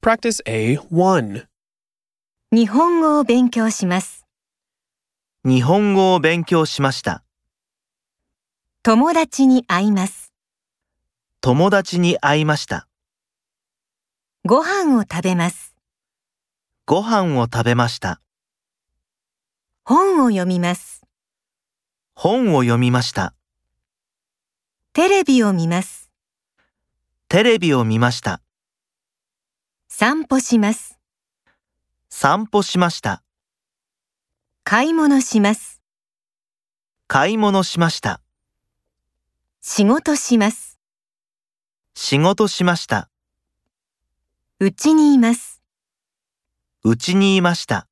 Practice A1. 日本語を勉強します。日本語を勉強しました。友達に会います。友達に会いました。ご飯を食べます。ご飯を食べました。本を読みます。本を読みました。テレビを見ます。テレビを見ました。散歩します。散歩しました。買い物します。買い物しました。仕事します。仕事しました。うちにいます。うちにいました。